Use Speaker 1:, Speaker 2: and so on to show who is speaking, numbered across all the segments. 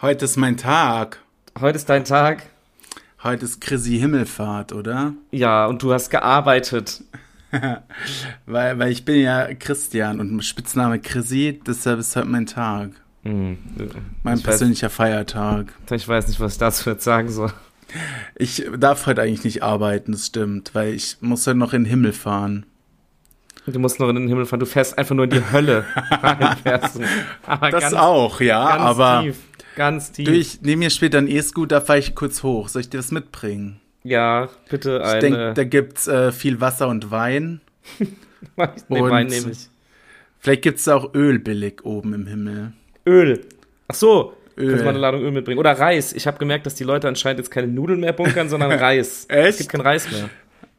Speaker 1: Heute ist mein Tag.
Speaker 2: Heute ist dein Tag.
Speaker 1: Heute ist Chrissy Himmelfahrt, oder?
Speaker 2: Ja, und du hast gearbeitet.
Speaker 1: weil, weil ich bin ja Christian und Spitzname Chrissy, deshalb ist heute mein Tag.
Speaker 2: Hm.
Speaker 1: Mein
Speaker 2: Ich weiß-
Speaker 1: persönlicher Feiertag.
Speaker 2: Ich weiß nicht, was ich dazu jetzt sagen soll.
Speaker 1: Ich darf heute eigentlich nicht arbeiten, das stimmt, weil ich muss heute noch in den Himmel fahren.
Speaker 2: Du musst noch in den Himmel fahren. Du fährst einfach nur in die Hölle. Reinfährst du. Aber
Speaker 1: Das auch, ja, aber
Speaker 2: tief. Ganz tief.
Speaker 1: du, ich nehme mir später einen E-Scooter, fahre ich kurz hoch. Soll ich dir das mitbringen?
Speaker 2: ja, bitte
Speaker 1: Ich denke,
Speaker 2: eine.
Speaker 1: da gibt's äh, viel Wasser und Wein.
Speaker 2: nee, Wein
Speaker 1: und-
Speaker 2: nehme ich.
Speaker 1: Vielleicht gibt's da auch Öl billig oben im Himmel.
Speaker 2: Öl. Ach so.
Speaker 1: Öl.
Speaker 2: Kannst du mal eine Ladung Öl mitbringen. Oder Reis. Ich habe gemerkt, dass die Leute anscheinend jetzt keine Nudeln mehr bunkern, sondern Reis. Es
Speaker 1: Echt?
Speaker 2: gibt kein Reis mehr.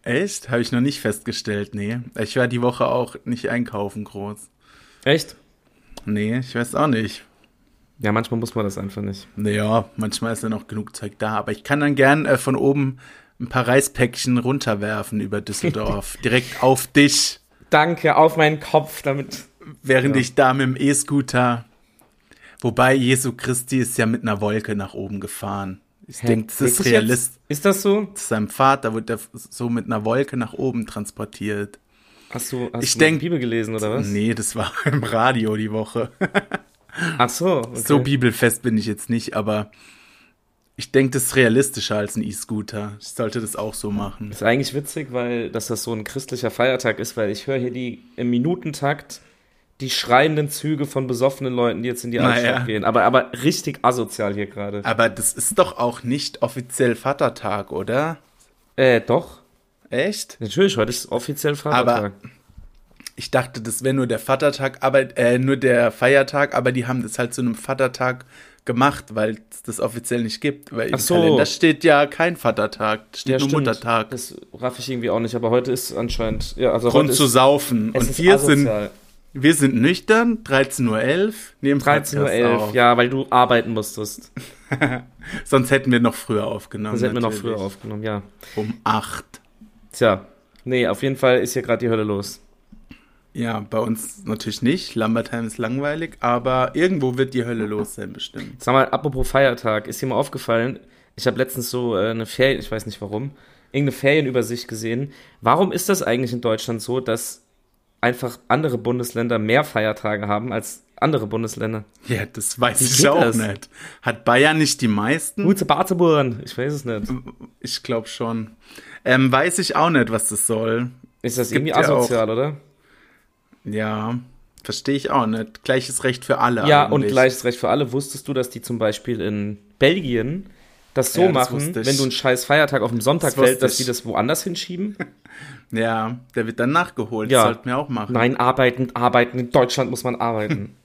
Speaker 1: Echt? Habe ich noch nicht festgestellt, nee. Ich war die Woche auch nicht einkaufen groß.
Speaker 2: Echt?
Speaker 1: Nee, ich weiß auch nicht.
Speaker 2: Ja, manchmal muss man das einfach nicht.
Speaker 1: Naja, manchmal ist ja noch genug Zeug da, aber ich kann dann gern äh, von oben ein paar Reispäckchen runterwerfen über Düsseldorf. direkt auf dich,
Speaker 2: Danke, auf meinen Kopf, damit.
Speaker 1: während
Speaker 2: Ja.
Speaker 1: ich da mit dem E-Scooter. Wobei Jesu Christi ist ja mit einer Wolke nach oben gefahren. Ich denke, das ist
Speaker 2: Wirklich
Speaker 1: Realist.
Speaker 2: jetzt? Ist das so?
Speaker 1: Zu seinem Vater wird er so mit einer Wolke nach oben transportiert.
Speaker 2: Hast du, hast
Speaker 1: Ich
Speaker 2: du
Speaker 1: denk-
Speaker 2: die Bibel gelesen oder was?
Speaker 1: Nee, das war im Radio die Woche.
Speaker 2: Ach so. Okay.
Speaker 1: So bibelfest bin ich jetzt nicht, aber ich denke, das ist realistischer als ein E-Scooter. Ich sollte das auch so machen.
Speaker 2: Ist eigentlich witzig, weil dass das so ein christlicher Feiertag ist, weil ich höre hier die im Minutentakt die schreienden Züge von besoffenen Leuten, die jetzt in die
Speaker 1: Na
Speaker 2: Altstadt
Speaker 1: ja.
Speaker 2: gehen. Aber, aber richtig asozial hier gerade.
Speaker 1: Aber das ist doch auch nicht offiziell Vatertag, oder?
Speaker 2: Äh, doch.
Speaker 1: Echt?
Speaker 2: Natürlich, heute ist offiziell Feiertag.
Speaker 1: Ich dachte, das wäre nur der Vatertag, aber äh, nur der Feiertag, aber die haben das halt zu einem Vatertag gemacht, weil es das offiziell nicht gibt. Weil im
Speaker 2: Ach so.
Speaker 1: Kalender steht ja kein Vatertag, steht nur
Speaker 2: stimmt.
Speaker 1: Muttertag.
Speaker 2: Das raff ich irgendwie auch nicht, aber heute ist anscheinend. Ja, also
Speaker 1: Grund
Speaker 2: heute
Speaker 1: zu
Speaker 2: ist,
Speaker 1: saufen.
Speaker 2: es
Speaker 1: Und
Speaker 2: ist
Speaker 1: wir sind,
Speaker 2: asozial.
Speaker 1: wir sind nüchtern, 13.11 Uhr, nehmen
Speaker 2: 13.11
Speaker 1: Podcast
Speaker 2: Uhr,
Speaker 1: auf.
Speaker 2: ja, weil du arbeiten musstest.
Speaker 1: Sonst hätten wir noch früher aufgenommen.
Speaker 2: Das hätten wir noch
Speaker 1: natürlich.
Speaker 2: früher aufgenommen, ja.
Speaker 1: Um 8.
Speaker 2: Tja, nee, auf jeden Fall ist hier gerade die Hölle los.
Speaker 1: Ja, bei uns natürlich nicht. Lambertheim ist langweilig, aber irgendwo wird die Hölle los sein, bestimmt.
Speaker 2: Sag mal, apropos Feiertag, ist dir mal aufgefallen, ich habe letztens so äh, eine Ferien, ich weiß nicht warum, irgendeine Ferienübersicht gesehen. Warum ist das eigentlich in Deutschland so, dass einfach andere Bundesländer mehr Feiertage haben als andere Bundesländer?
Speaker 1: Ja, das weiß
Speaker 2: Wie
Speaker 1: ich
Speaker 2: geht
Speaker 1: auch
Speaker 2: das?
Speaker 1: nicht. Hat Bayern nicht die meisten?
Speaker 2: Gute Barteburen, ich weiß es nicht.
Speaker 1: Ähm, Ich glaube schon. Ähm, weiß ich auch nicht, was das soll.
Speaker 2: Ist das
Speaker 1: gibt
Speaker 2: irgendwie
Speaker 1: ja auch-
Speaker 2: asozial, oder?
Speaker 1: Ja, verstehe ich auch nicht. Gleiches Recht für alle.
Speaker 2: Ja, und
Speaker 1: eigentlich.
Speaker 2: gleiches Recht für alle. Wusstest du, dass die zum Beispiel in Belgien das so
Speaker 1: Ja, das
Speaker 2: machen,
Speaker 1: wusste ich.
Speaker 2: wenn du einen scheiß Feiertag auf den Sonntag
Speaker 1: Das wusste
Speaker 2: fällt, dass
Speaker 1: ich.
Speaker 2: die das woanders hinschieben?
Speaker 1: Ja, der wird dann nachgeholt.
Speaker 2: Ja.
Speaker 1: Das sollten wir auch machen.
Speaker 2: Nein, arbeiten, arbeiten. In Deutschland muss man arbeiten.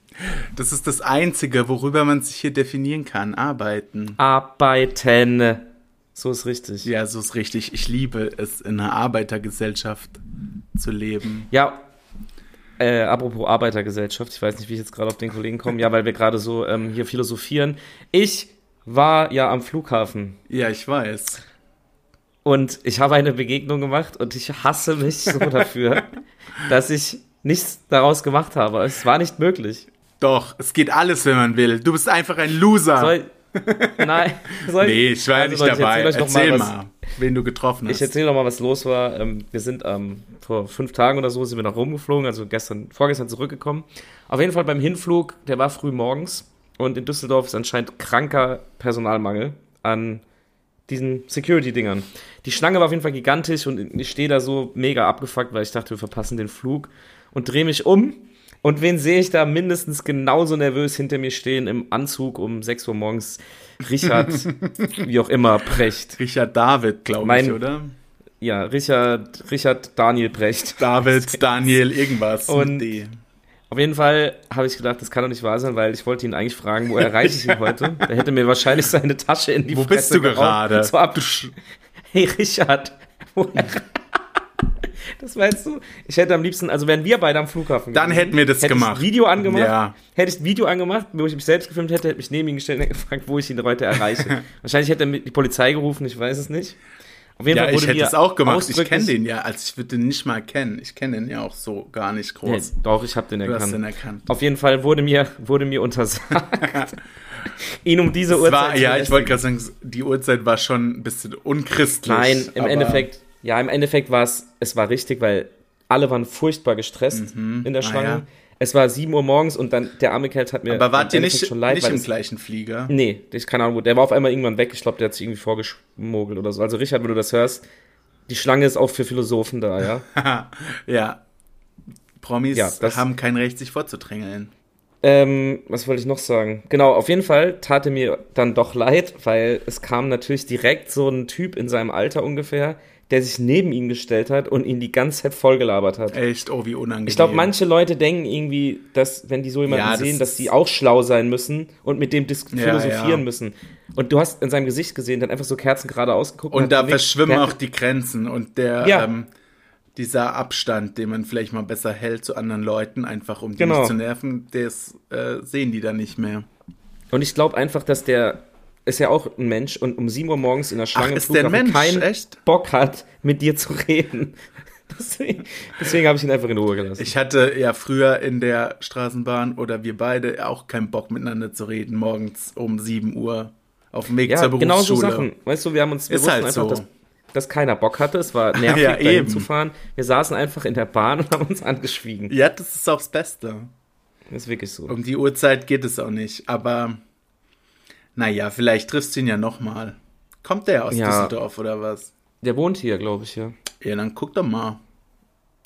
Speaker 1: Das ist das Einzige, worüber man sich hier definieren kann. Arbeiten.
Speaker 2: arbeiten. So ist richtig.
Speaker 1: Ja, so ist richtig. Ich liebe es, in einer Arbeitergesellschaft zu leben.
Speaker 2: Ja, äh, apropos Arbeitergesellschaft, ich weiß nicht, wie ich jetzt gerade auf den Kollegen komme, ja, weil wir gerade so ähm, hier philosophieren. Ich war ja am Flughafen
Speaker 1: Ja, ich weiß.
Speaker 2: und ich habe eine Begegnung gemacht und ich hasse mich so dafür, dass ich nichts daraus gemacht habe. Es war nicht möglich.
Speaker 1: Doch, es geht alles, wenn man will. Du bist einfach ein Loser.
Speaker 2: Soll, nein, soll
Speaker 1: nee, ich war ja
Speaker 2: Also,
Speaker 1: nicht
Speaker 2: Leute, ich
Speaker 1: dabei.
Speaker 2: erzähl euch noch
Speaker 1: Erzähl
Speaker 2: mal was-
Speaker 1: mal, wen du getroffen hast.
Speaker 2: Ich erzähle noch mal, was los war. Ähm, Wir sind ähm, vor fünf Tagen oder so sind wir nach Rom geflogen, also gestern, vorgestern zurückgekommen. Auf jeden Fall beim Hinflug, der war früh morgens und in Düsseldorf ist anscheinend kranker Personalmangel an diesen Security-Dingern. Die Schlange war auf jeden Fall gigantisch und ich stehe da so mega abgefuckt, weil ich dachte, wir verpassen den Flug und drehe mich um. Und wen sehe ich da mindestens genauso nervös hinter mir stehen im Anzug um 6 Uhr morgens? Richard, wie auch immer, Precht.
Speaker 1: Richard David, glaube ich,
Speaker 2: Mein-
Speaker 1: oder?
Speaker 2: Ja, Richard, Richard Daniel Brecht.
Speaker 1: David, Daniel, irgendwas. mit
Speaker 2: Und-
Speaker 1: D.
Speaker 2: Auf jeden Fall habe ich gedacht, das kann doch nicht wahr sein, weil ich wollte ihn eigentlich fragen, wo erreiche ich ihn heute? Er hätte mir wahrscheinlich seine Tasche in die
Speaker 1: Wo bist
Speaker 2: Fresse
Speaker 1: du gerade?
Speaker 2: So ab. Hey Richard, wo er Das meinst du? Ich hätte am liebsten, also wären wir beide am Flughafen
Speaker 1: Dann hätten wir das
Speaker 2: hätte
Speaker 1: gemacht.
Speaker 2: ich Video angemacht,
Speaker 1: Ja.
Speaker 2: hätte ich Video angemacht, wo ich mich selbst gefilmt hätte, hätte mich neben ihn gestellt und hätte gefragt, wo ich ihn heute erreiche. wahrscheinlich hätte er mir die Polizei gerufen, ich weiß es nicht. Auf jeden
Speaker 1: ja,
Speaker 2: Fall wurde
Speaker 1: ich hätte
Speaker 2: mir
Speaker 1: es auch gemacht. Ich
Speaker 2: ausdrücklich-
Speaker 1: kenne den ja. Also ich würde den nicht mal kennen. Ich kenne den ja auch so gar nicht
Speaker 2: Nee,
Speaker 1: groß.
Speaker 2: doch, ich habe den
Speaker 1: du hast den
Speaker 2: erkannt.
Speaker 1: erkannt.
Speaker 2: Auf jeden Fall wurde mir, wurde mir untersagt, ihn um diese
Speaker 1: Es
Speaker 2: Uhrzeit
Speaker 1: war,
Speaker 2: zu
Speaker 1: ja, ich
Speaker 2: essen.
Speaker 1: wollte gerade sagen, die Uhrzeit war schon ein bisschen unchristlich.
Speaker 2: Nein, im
Speaker 1: aber-
Speaker 2: Endeffekt, ja, im Endeffekt war es, es war richtig, weil alle waren furchtbar gestresst in der
Speaker 1: Ah,
Speaker 2: Schlange.
Speaker 1: ja. Aber
Speaker 2: Es war 7 Uhr morgens und dann der arme Kerl hat mir
Speaker 1: wart
Speaker 2: im
Speaker 1: ihr
Speaker 2: Endeffekt
Speaker 1: nicht,
Speaker 2: schon leid,
Speaker 1: nicht
Speaker 2: weil Hm.
Speaker 1: im
Speaker 2: es,
Speaker 1: gleichen Flieger?
Speaker 2: Nee, ich keine Ahnung, wo- der war auf einmal irgendwann weg. Ich glaube, der hat sich irgendwie vorgeschmuggelt oder so. Also Richard, wenn du das hörst, die Schlange ist auch für Philosophen da, ja.
Speaker 1: Ja. Promis
Speaker 2: Ja, das-
Speaker 1: haben kein Recht, sich vorzudrängeln.
Speaker 2: Ähm, was wollte ich noch sagen? Genau, auf jeden Fall tat er mir dann doch leid, weil es kam natürlich direkt so ein Typ in seinem Alter ungefähr, der sich neben ihn gestellt hat und ihn die ganze Zeit vollgelabert hat.
Speaker 1: Echt, oh, wie unangenehm.
Speaker 2: Ich glaube, manche Leute denken irgendwie, dass wenn die so jemanden
Speaker 1: Ja, das
Speaker 2: sehen, dass
Speaker 1: ist-
Speaker 2: die auch schlau sein müssen und mit dem dis- philosophieren
Speaker 1: ja.
Speaker 2: müssen. Und du hast in seinem Gesicht gesehen, dann einfach so Kerzen gerade ausgeguckt.
Speaker 1: und
Speaker 2: hat
Speaker 1: da
Speaker 2: genickt.
Speaker 1: verschwimmen
Speaker 2: Der-
Speaker 1: auch die Grenzen und der,
Speaker 2: Ja.
Speaker 1: ähm, dieser Abstand, den man vielleicht mal besser hält zu anderen Leuten, einfach um die
Speaker 2: Genau.
Speaker 1: nicht zu nerven, das äh, sehen die dann nicht mehr.
Speaker 2: Und ich glaube einfach, dass der ist ja auch ein Mensch und um 7 Uhr morgens in der Schlange
Speaker 1: Ach,
Speaker 2: im
Speaker 1: ist der ein
Speaker 2: Flughafen
Speaker 1: Mensch?
Speaker 2: keinen
Speaker 1: Echt?
Speaker 2: Bock hat, mit dir zu reden. Deswegen, deswegen habe ich ihn einfach in Ruhe gelassen.
Speaker 1: Ich hatte ja früher in der Straßenbahn oder wir beide auch keinen Bock miteinander zu reden, morgens um 7 Uhr auf dem Weg
Speaker 2: ja,
Speaker 1: zur
Speaker 2: genau so
Speaker 1: Berufsschule.
Speaker 2: Sachen. Weißt du, wir haben uns wir
Speaker 1: Ist
Speaker 2: wussten
Speaker 1: halt
Speaker 2: einfach,
Speaker 1: so.
Speaker 2: dass, dass keiner Bock hatte. Es war nervig,
Speaker 1: Ja,
Speaker 2: dahin
Speaker 1: eben.
Speaker 2: zu fahren. Wir saßen einfach in der Bahn und haben uns angeschwiegen.
Speaker 1: Ja, das ist auch das Beste.
Speaker 2: Das ist wirklich so.
Speaker 1: Um die Uhrzeit geht es auch nicht, aber naja, vielleicht triffst du ihn ja nochmal. Kommt der aus
Speaker 2: Ja.
Speaker 1: Düsseldorf oder was?
Speaker 2: Der wohnt hier, glaube ich, ja.
Speaker 1: Ja, dann guck doch mal.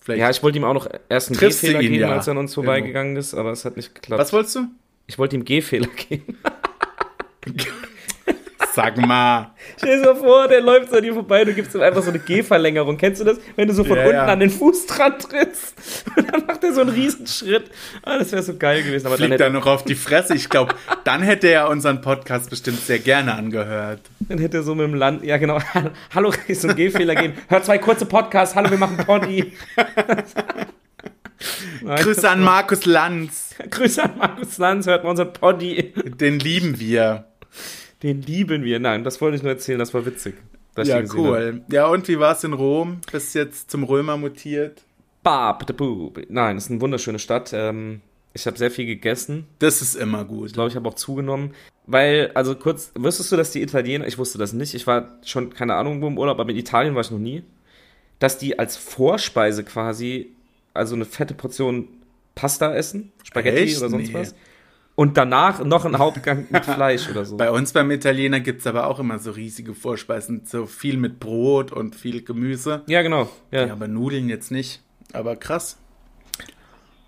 Speaker 1: Vielleicht.
Speaker 2: Ja, ich wollte ihm auch noch erst einen
Speaker 1: Triffst du
Speaker 2: Gehfehler
Speaker 1: ihn,
Speaker 2: geben,
Speaker 1: ja. Genau.
Speaker 2: als er an uns vorbeigegangen ist, aber es hat nicht geklappt.
Speaker 1: was wolltest du?
Speaker 2: Ich wollte ihm Gehfehler geben.
Speaker 1: Sag mal.
Speaker 2: Stell dir so vor, der läuft so an dir vorbei, du gibst ihm einfach so eine Gehverlängerung. Kennst du das? Wenn du so von
Speaker 1: Ja,
Speaker 2: unten
Speaker 1: ja.
Speaker 2: an den Fuß dran trittst und dann macht er so einen riesen Schritt. Ah, das wäre so geil gewesen. Aber dann
Speaker 1: Fliegt
Speaker 2: hätte,
Speaker 1: er noch auf die Fresse? Ich glaube, dann hätte er unseren Podcast bestimmt sehr gerne angehört.
Speaker 2: dann hätte er so mit dem Land, ja genau, hallo, ist so ein Gehfehler geben. Hör zwei kurze Podcasts, hallo, wir machen Poddy. Nein,
Speaker 1: Grüße an Markus Lanz.
Speaker 2: Grüße an Markus Lanz, hört mal unseren Poddy.
Speaker 1: Den lieben wir.
Speaker 2: Den lieben wir. Nein, das wollte ich nur erzählen, das ne? war witzig. dass ich
Speaker 1: Ja,
Speaker 2: ihn gesehen habe.
Speaker 1: cool. Ja, und wie war es in Rom? Bist jetzt zum Römer mutiert?
Speaker 2: Bab, de Bub. Nein, es ist eine wunderschöne Stadt. Ähm, ich habe sehr viel gegessen.
Speaker 1: Das ist immer
Speaker 2: Ich
Speaker 1: gut.
Speaker 2: glaube, ich habe auch zugenommen. Weil, also kurz, wüsstest du, dass die Italiener, ich wusste das nicht, ich war schon, keine Ahnung, wo im Urlaub, aber in Italien war ich noch nie, dass die als Vorspeise quasi, also eine fette Portion Pasta essen, Spaghetti
Speaker 1: Echt?
Speaker 2: oder sonst
Speaker 1: Nee.
Speaker 2: was. Und danach noch ein Hauptgang mit Fleisch oder so.
Speaker 1: Bei uns beim Italiener gibt es aber auch immer so riesige Vorspeisen, so viel mit Brot und viel Gemüse.
Speaker 2: Ja, genau. Ja.
Speaker 1: Ja, aber Nudeln jetzt nicht. Aber krass.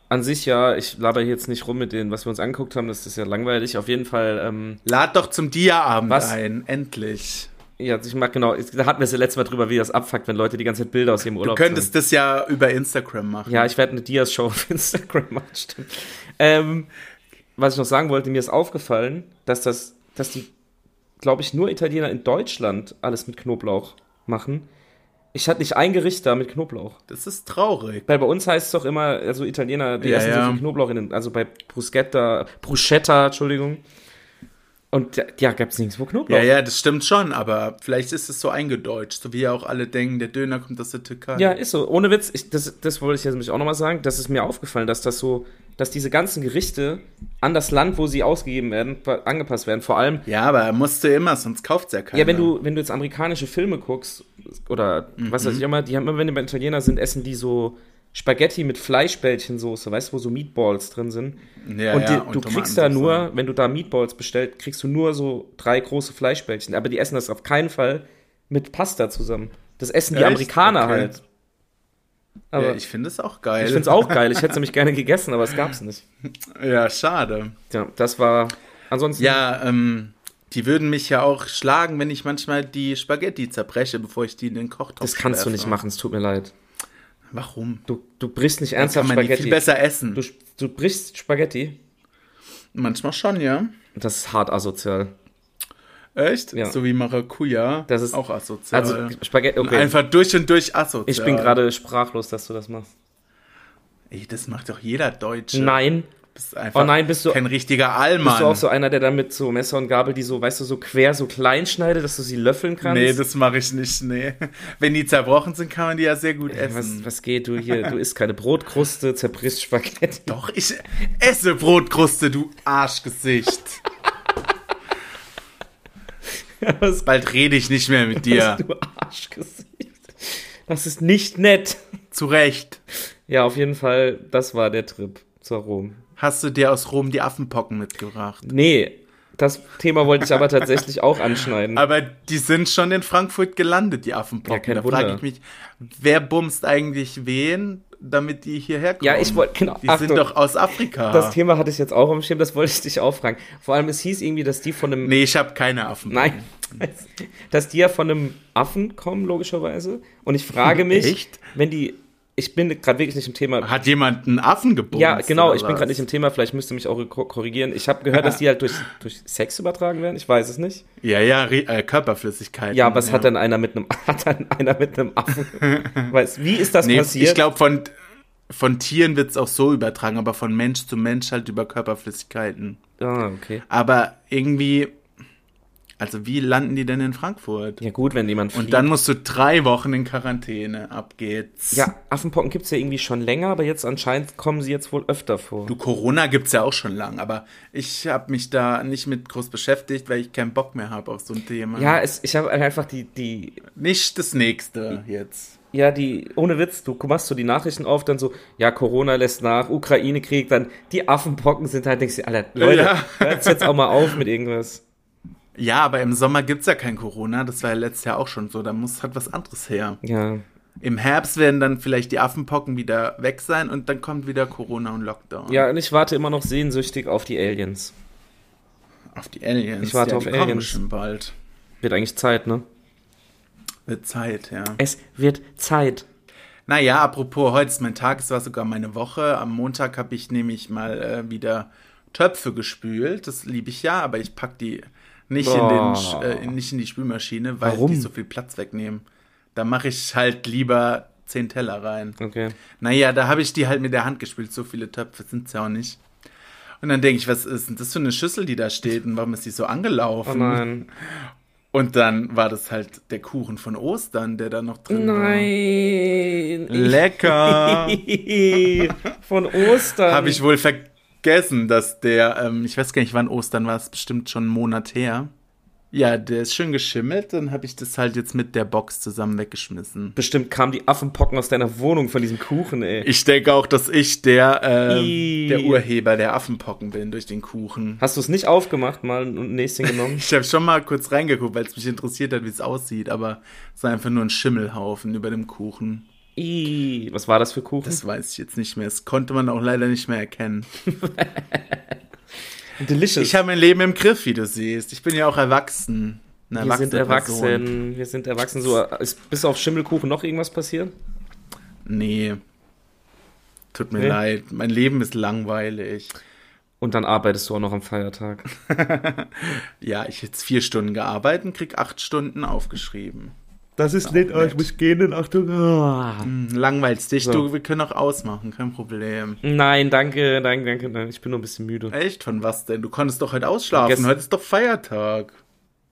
Speaker 2: An sich ja, ich laber hier jetzt nicht rum mit denen, was wir uns angeguckt haben, das ist ja langweilig. Auf jeden Fall, ähm,
Speaker 1: Lad doch zum Dia-Abend
Speaker 2: Was?
Speaker 1: ein, endlich.
Speaker 2: Ja, ich mag genau, ich- da hatten wir es ja letztes Mal drüber, wie das abfuckt, wenn Leute die ganze Zeit Bilder aus ihrem Urlaub
Speaker 1: Du könntest das ja über Instagram machen.
Speaker 2: Ja, ich werde eine Diaz-Show auf Instagram machen, stimmt. Ähm, was ich noch sagen wollte, mir ist aufgefallen, dass das, dass die, glaube ich, nur Italiener in Deutschland alles mit Knoblauch machen. Ich hatte nicht ein Gericht da mit Knoblauch.
Speaker 1: Das ist traurig.
Speaker 2: Weil bei uns heißt es doch immer, also Italiener, die
Speaker 1: Ja,
Speaker 2: essen so
Speaker 1: ja.
Speaker 2: viel Knoblauch in den, also bei Bruschetta, Bruschetta, Entschuldigung. Und ja, ja gab es nirgendwo Knoblauch.
Speaker 1: Ja, ja, das stimmt schon, aber vielleicht ist es so eingedeutscht, so wie ja auch alle denken, der Döner kommt aus der Türkei.
Speaker 2: Ja, ist so. Ohne Witz, ich, das, das wollte ich jetzt nämlich auch nochmal sagen. Das ist mir aufgefallen, dass das so, dass diese ganzen Gerichte an das Land, wo sie ausgegeben werden, pa- angepasst werden. Vor allem,
Speaker 1: ja aber musst du immer, sonst kauft es ja keiner.
Speaker 2: ja, wenn du, wenn du jetzt amerikanische Filme guckst, oder was
Speaker 1: Mhm.
Speaker 2: weiß ich immer, die haben immer, wenn die bei Italiener sind, essen die so Spaghetti mit Fleischbällchensoße, weißt du, wo so Meatballs drin sind.
Speaker 1: ja,
Speaker 2: und die,
Speaker 1: ja,
Speaker 2: du
Speaker 1: Tomaten
Speaker 2: kriegst da
Speaker 1: so.
Speaker 2: nur, wenn du da Meatballs bestellst, kriegst du nur so drei große Fleischbällchen. Aber die essen das auf keinen Fall mit Pasta zusammen. Das essen die
Speaker 1: Echt?
Speaker 2: Amerikaner
Speaker 1: Okay.
Speaker 2: halt. Aber
Speaker 1: Ja, ich finde es auch geil.
Speaker 2: ich finde es auch geil. Ich hätte es nämlich gerne gegessen, aber es gab es nicht.
Speaker 1: Ja, schade.
Speaker 2: Ja, das war. Ansonsten.
Speaker 1: Ja, ähm, die würden mich ja auch schlagen, wenn ich manchmal die Spaghetti zerbreche, bevor ich die in den Kochtopf
Speaker 2: das kannst du
Speaker 1: werfe.
Speaker 2: nicht machen. Es tut mir leid.
Speaker 1: Warum?
Speaker 2: Du, du brichst nicht
Speaker 1: Kann
Speaker 2: ernsthaft
Speaker 1: man die viel
Speaker 2: Spaghetti.
Speaker 1: besser essen.
Speaker 2: Du, du brichst Spaghetti.
Speaker 1: Manchmal schon, ja.
Speaker 2: Das ist hart asozial.
Speaker 1: Echt?
Speaker 2: Ja.
Speaker 1: So wie Maracuja.
Speaker 2: Das ist-
Speaker 1: auch asozial.
Speaker 2: Also Spaghetti. Okay.
Speaker 1: Einfach durch und durch asozial.
Speaker 2: ich bin gerade sprachlos, dass du das machst.
Speaker 1: Ey, das macht doch jeder Deutsche.
Speaker 2: Nein,
Speaker 1: Bist einfach
Speaker 2: Oh nein, bist du-
Speaker 1: kein richtiger
Speaker 2: Bist
Speaker 1: Allmann.
Speaker 2: du auch so einer, der dann mit so Messer und Gabel, die so, weißt du, so quer, so klein schneidet, dass du sie löffeln kannst?
Speaker 1: nee, das mache ich nicht, nee. Wenn die zerbrochen sind, kann man die ja sehr gut essen.
Speaker 2: was, was geht, du hier, du isst keine Brotkruste, zerbrichst Spaghetti.
Speaker 1: Doch, ich esse Brotkruste, du Arschgesicht.
Speaker 2: Was
Speaker 1: Bald rede ich nicht mehr mit dir.
Speaker 2: Du Arschgesicht. Das ist nicht nett.
Speaker 1: Zu Recht.
Speaker 2: Ja, auf jeden Fall, das war der Trip zu Rom.
Speaker 1: Hast du dir aus Rom die Affenpocken mitgebracht?
Speaker 2: Nee, das Thema wollte ich aber tatsächlich auch anschneiden.
Speaker 1: Aber die sind schon in Frankfurt gelandet, die Affenpocken.
Speaker 2: Ja, kein
Speaker 1: da frage
Speaker 2: Wunder.
Speaker 1: ich mich, wer bumst eigentlich wen, damit die hierher kommen?
Speaker 2: Ja, ich wollte- genau,
Speaker 1: Die
Speaker 2: Achtung.
Speaker 1: sind doch aus Afrika.
Speaker 2: Das Thema hatte ich jetzt auch am Schirm, das wollte ich dich auch fragen. Vor allem, es hieß irgendwie, dass die von einem.
Speaker 1: nee, ich habe keine Affenpocken.
Speaker 2: Nein. Dass die ja von einem Affen kommen, logischerweise. Und ich frage mich,
Speaker 1: Echt?
Speaker 2: wenn die. Ich bin gerade wirklich nicht im Thema.
Speaker 1: Hat jemand einen Affen gebumst?
Speaker 2: Ja, genau,
Speaker 1: oder
Speaker 2: ich bin
Speaker 1: was?
Speaker 2: gerade nicht im Thema, vielleicht müsste mich auch ko- korrigieren. Ich habe gehört, dass die halt durch, durch Sex übertragen werden, ich weiß es nicht.
Speaker 1: Ja, ja, Re- äh, Körperflüssigkeit.
Speaker 2: Ja, was hat dann einer mit einem, hat dann einer mit einem Affen? Weiß, wie ist das
Speaker 1: Nee,
Speaker 2: passiert?
Speaker 1: ich glaube, von, von Tieren wird es auch so übertragen, aber von Mensch zu Mensch halt über Körperflüssigkeiten.
Speaker 2: ah, okay.
Speaker 1: Aber irgendwie, also wie landen die denn in Frankfurt?
Speaker 2: Ja, gut, wenn jemand
Speaker 1: Und
Speaker 2: fliegt.
Speaker 1: dann musst du drei Wochen in Quarantäne. Ab geht's.
Speaker 2: Ja, Affenpocken gibt's ja irgendwie schon länger, aber jetzt anscheinend kommen sie jetzt wohl öfter vor.
Speaker 1: Du, Corona gibt's ja auch schon lang, aber ich habe mich da nicht mit groß beschäftigt, weil ich keinen Bock mehr habe auf so ein Thema.
Speaker 2: ja, es, ich habe einfach die, die,
Speaker 1: Nicht das nächste jetzt.
Speaker 2: ja, die, ohne Witz, du machst so die Nachrichten auf, dann so, ja, Corona lässt nach, Ukraine-Krieg, dann die Affenpocken sind halt, denkst du, Alter, Leute,
Speaker 1: Ja.
Speaker 2: hört's jetzt auch mal auf mit irgendwas.
Speaker 1: Ja, aber im Sommer gibt's ja kein Corona, das war ja letztes Jahr auch schon so, da muss halt was anderes her.
Speaker 2: Ja,
Speaker 1: Im Herbst werden dann vielleicht die Affenpocken wieder weg sein und dann kommt wieder Corona und Lockdown.
Speaker 2: ja, und ich warte immer noch sehnsüchtig auf die Aliens.
Speaker 1: Auf die Aliens.
Speaker 2: Ich warte
Speaker 1: ja,
Speaker 2: auf
Speaker 1: die kommen
Speaker 2: Aliens.
Speaker 1: schon bald.
Speaker 2: Wird eigentlich Zeit, ne?
Speaker 1: Wird Zeit, ja.
Speaker 2: Es wird Zeit.
Speaker 1: Naja, apropos, heute ist mein Tag, es war sogar meine Woche. Am Montag habe ich nämlich mal äh, wieder Töpfe gespült. Das liebe ich ja, aber ich pack die nicht, in, den, Sch-
Speaker 2: Oh.
Speaker 1: äh, in- nicht in die Spülmaschine, weil
Speaker 2: Warum?
Speaker 1: die so viel Platz wegnehmen. Da mache ich halt lieber zehn Teller rein.
Speaker 2: Okay.
Speaker 1: Naja, da habe ich die halt mit der Hand gespült. So viele Töpfe sind es ja auch nicht. Und dann denke ich, was ist denn das für eine Schüssel, die da steht und warum ist die so
Speaker 2: Oh
Speaker 1: angelaufen?
Speaker 2: nein.
Speaker 1: Und dann war das halt der Kuchen von Ostern, der da noch drin
Speaker 2: Nein.
Speaker 1: war. Lecker!
Speaker 2: Von Ostern.
Speaker 1: Habe ich wohl vergessen, dass der, ähm, ich weiß gar nicht, wann Ostern war, ist bestimmt schon einen Monat her. Ja, der ist schön geschimmelt, dann habe ich das halt jetzt mit der Box zusammen weggeschmissen.
Speaker 2: Bestimmt kamen die Affenpocken aus deiner Wohnung von diesem Kuchen, ey.
Speaker 1: Ich denke auch, dass ich der, ähm,
Speaker 2: Ih.
Speaker 1: der Urheber der Affenpocken bin durch den Kuchen.
Speaker 2: Hast du es nicht aufgemacht, mal ein Näschen genommen?
Speaker 1: Ich habe schon mal kurz reingeguckt, weil es mich interessiert hat, wie es aussieht, aber es war einfach nur ein Schimmelhaufen über dem Kuchen.
Speaker 2: Ih. Was war das für Kuchen?
Speaker 1: Das weiß ich jetzt nicht mehr. Das konnte man auch leider nicht mehr erkennen.
Speaker 2: Delicious.
Speaker 1: Ich habe mein Leben im Griff, wie du siehst. Ich bin ja auch erwachsen. Eine
Speaker 2: wir sind
Speaker 1: erwachsene Person.
Speaker 2: erwachsen. Wir sind erwachsen. So, ist bis auf Schimmelkuchen noch irgendwas passiert?
Speaker 1: Nee. Tut mir
Speaker 2: Nee?
Speaker 1: leid. Mein Leben ist langweilig.
Speaker 2: Und dann arbeitest du auch noch am Feiertag.
Speaker 1: Ja, ich hab jetzt vier Stunden gearbeitet und krieg acht Stunden aufgeschrieben.
Speaker 2: Das ist nett, aber ich muss gehen in Achtung. Ah.
Speaker 1: Hm, Langweilst dich,
Speaker 2: So.
Speaker 1: du, wir können auch ausmachen, kein Problem.
Speaker 2: Nein, danke, danke, danke. nein, Ich bin nur ein bisschen müde.
Speaker 1: Echt? Von was denn? Du konntest doch heute ausschlafen.
Speaker 2: Gestern-
Speaker 1: heute ist doch Feiertag.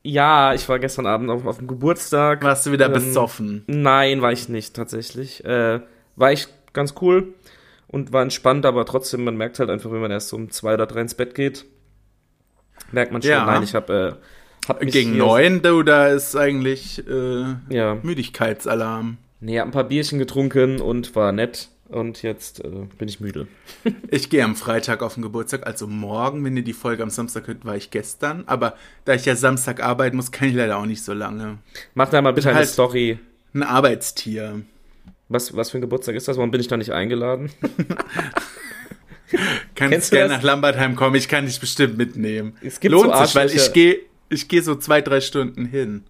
Speaker 2: Ja, ich war gestern Abend auf, auf dem Geburtstag.
Speaker 1: Warst du wieder
Speaker 2: Ähm,
Speaker 1: besoffen?
Speaker 2: Nein, war ich nicht tatsächlich. Äh, war ich ganz cool und war entspannt, aber trotzdem, man merkt halt einfach, wenn man erst um zwei oder drei ins Bett geht, merkt man schon,
Speaker 1: Ja.
Speaker 2: nein, ich habe äh, hab mich
Speaker 1: Gegen
Speaker 2: hier-
Speaker 1: neun, du, da ist eigentlich äh,
Speaker 2: Ja,
Speaker 1: Müdigkeitsalarm.
Speaker 2: nee, hab ein paar Bierchen getrunken und war nett und jetzt äh, bin ich müde.
Speaker 1: Ich gehe am Freitag auf den Geburtstag, also morgen, wenn ihr die Folge am Samstag hört, war ich gestern. Aber da ich ja Samstag arbeiten muss, kann ich leider auch nicht so lange.
Speaker 2: Mach da mal bitte eine
Speaker 1: Halt.
Speaker 2: Story.
Speaker 1: Ein Arbeitstier.
Speaker 2: Was, was für ein Geburtstag ist das? Warum bin ich da nicht eingeladen? Kennst
Speaker 1: Kannst
Speaker 2: du
Speaker 1: gerne
Speaker 2: das?
Speaker 1: nach Lambertheim kommen, ich kann dich bestimmt mitnehmen.
Speaker 2: Es gibt
Speaker 1: Lohnt
Speaker 2: so
Speaker 1: sich, weil
Speaker 2: Arschlöcher.
Speaker 1: ich gehe ich geh so zwei, drei Stunden hin.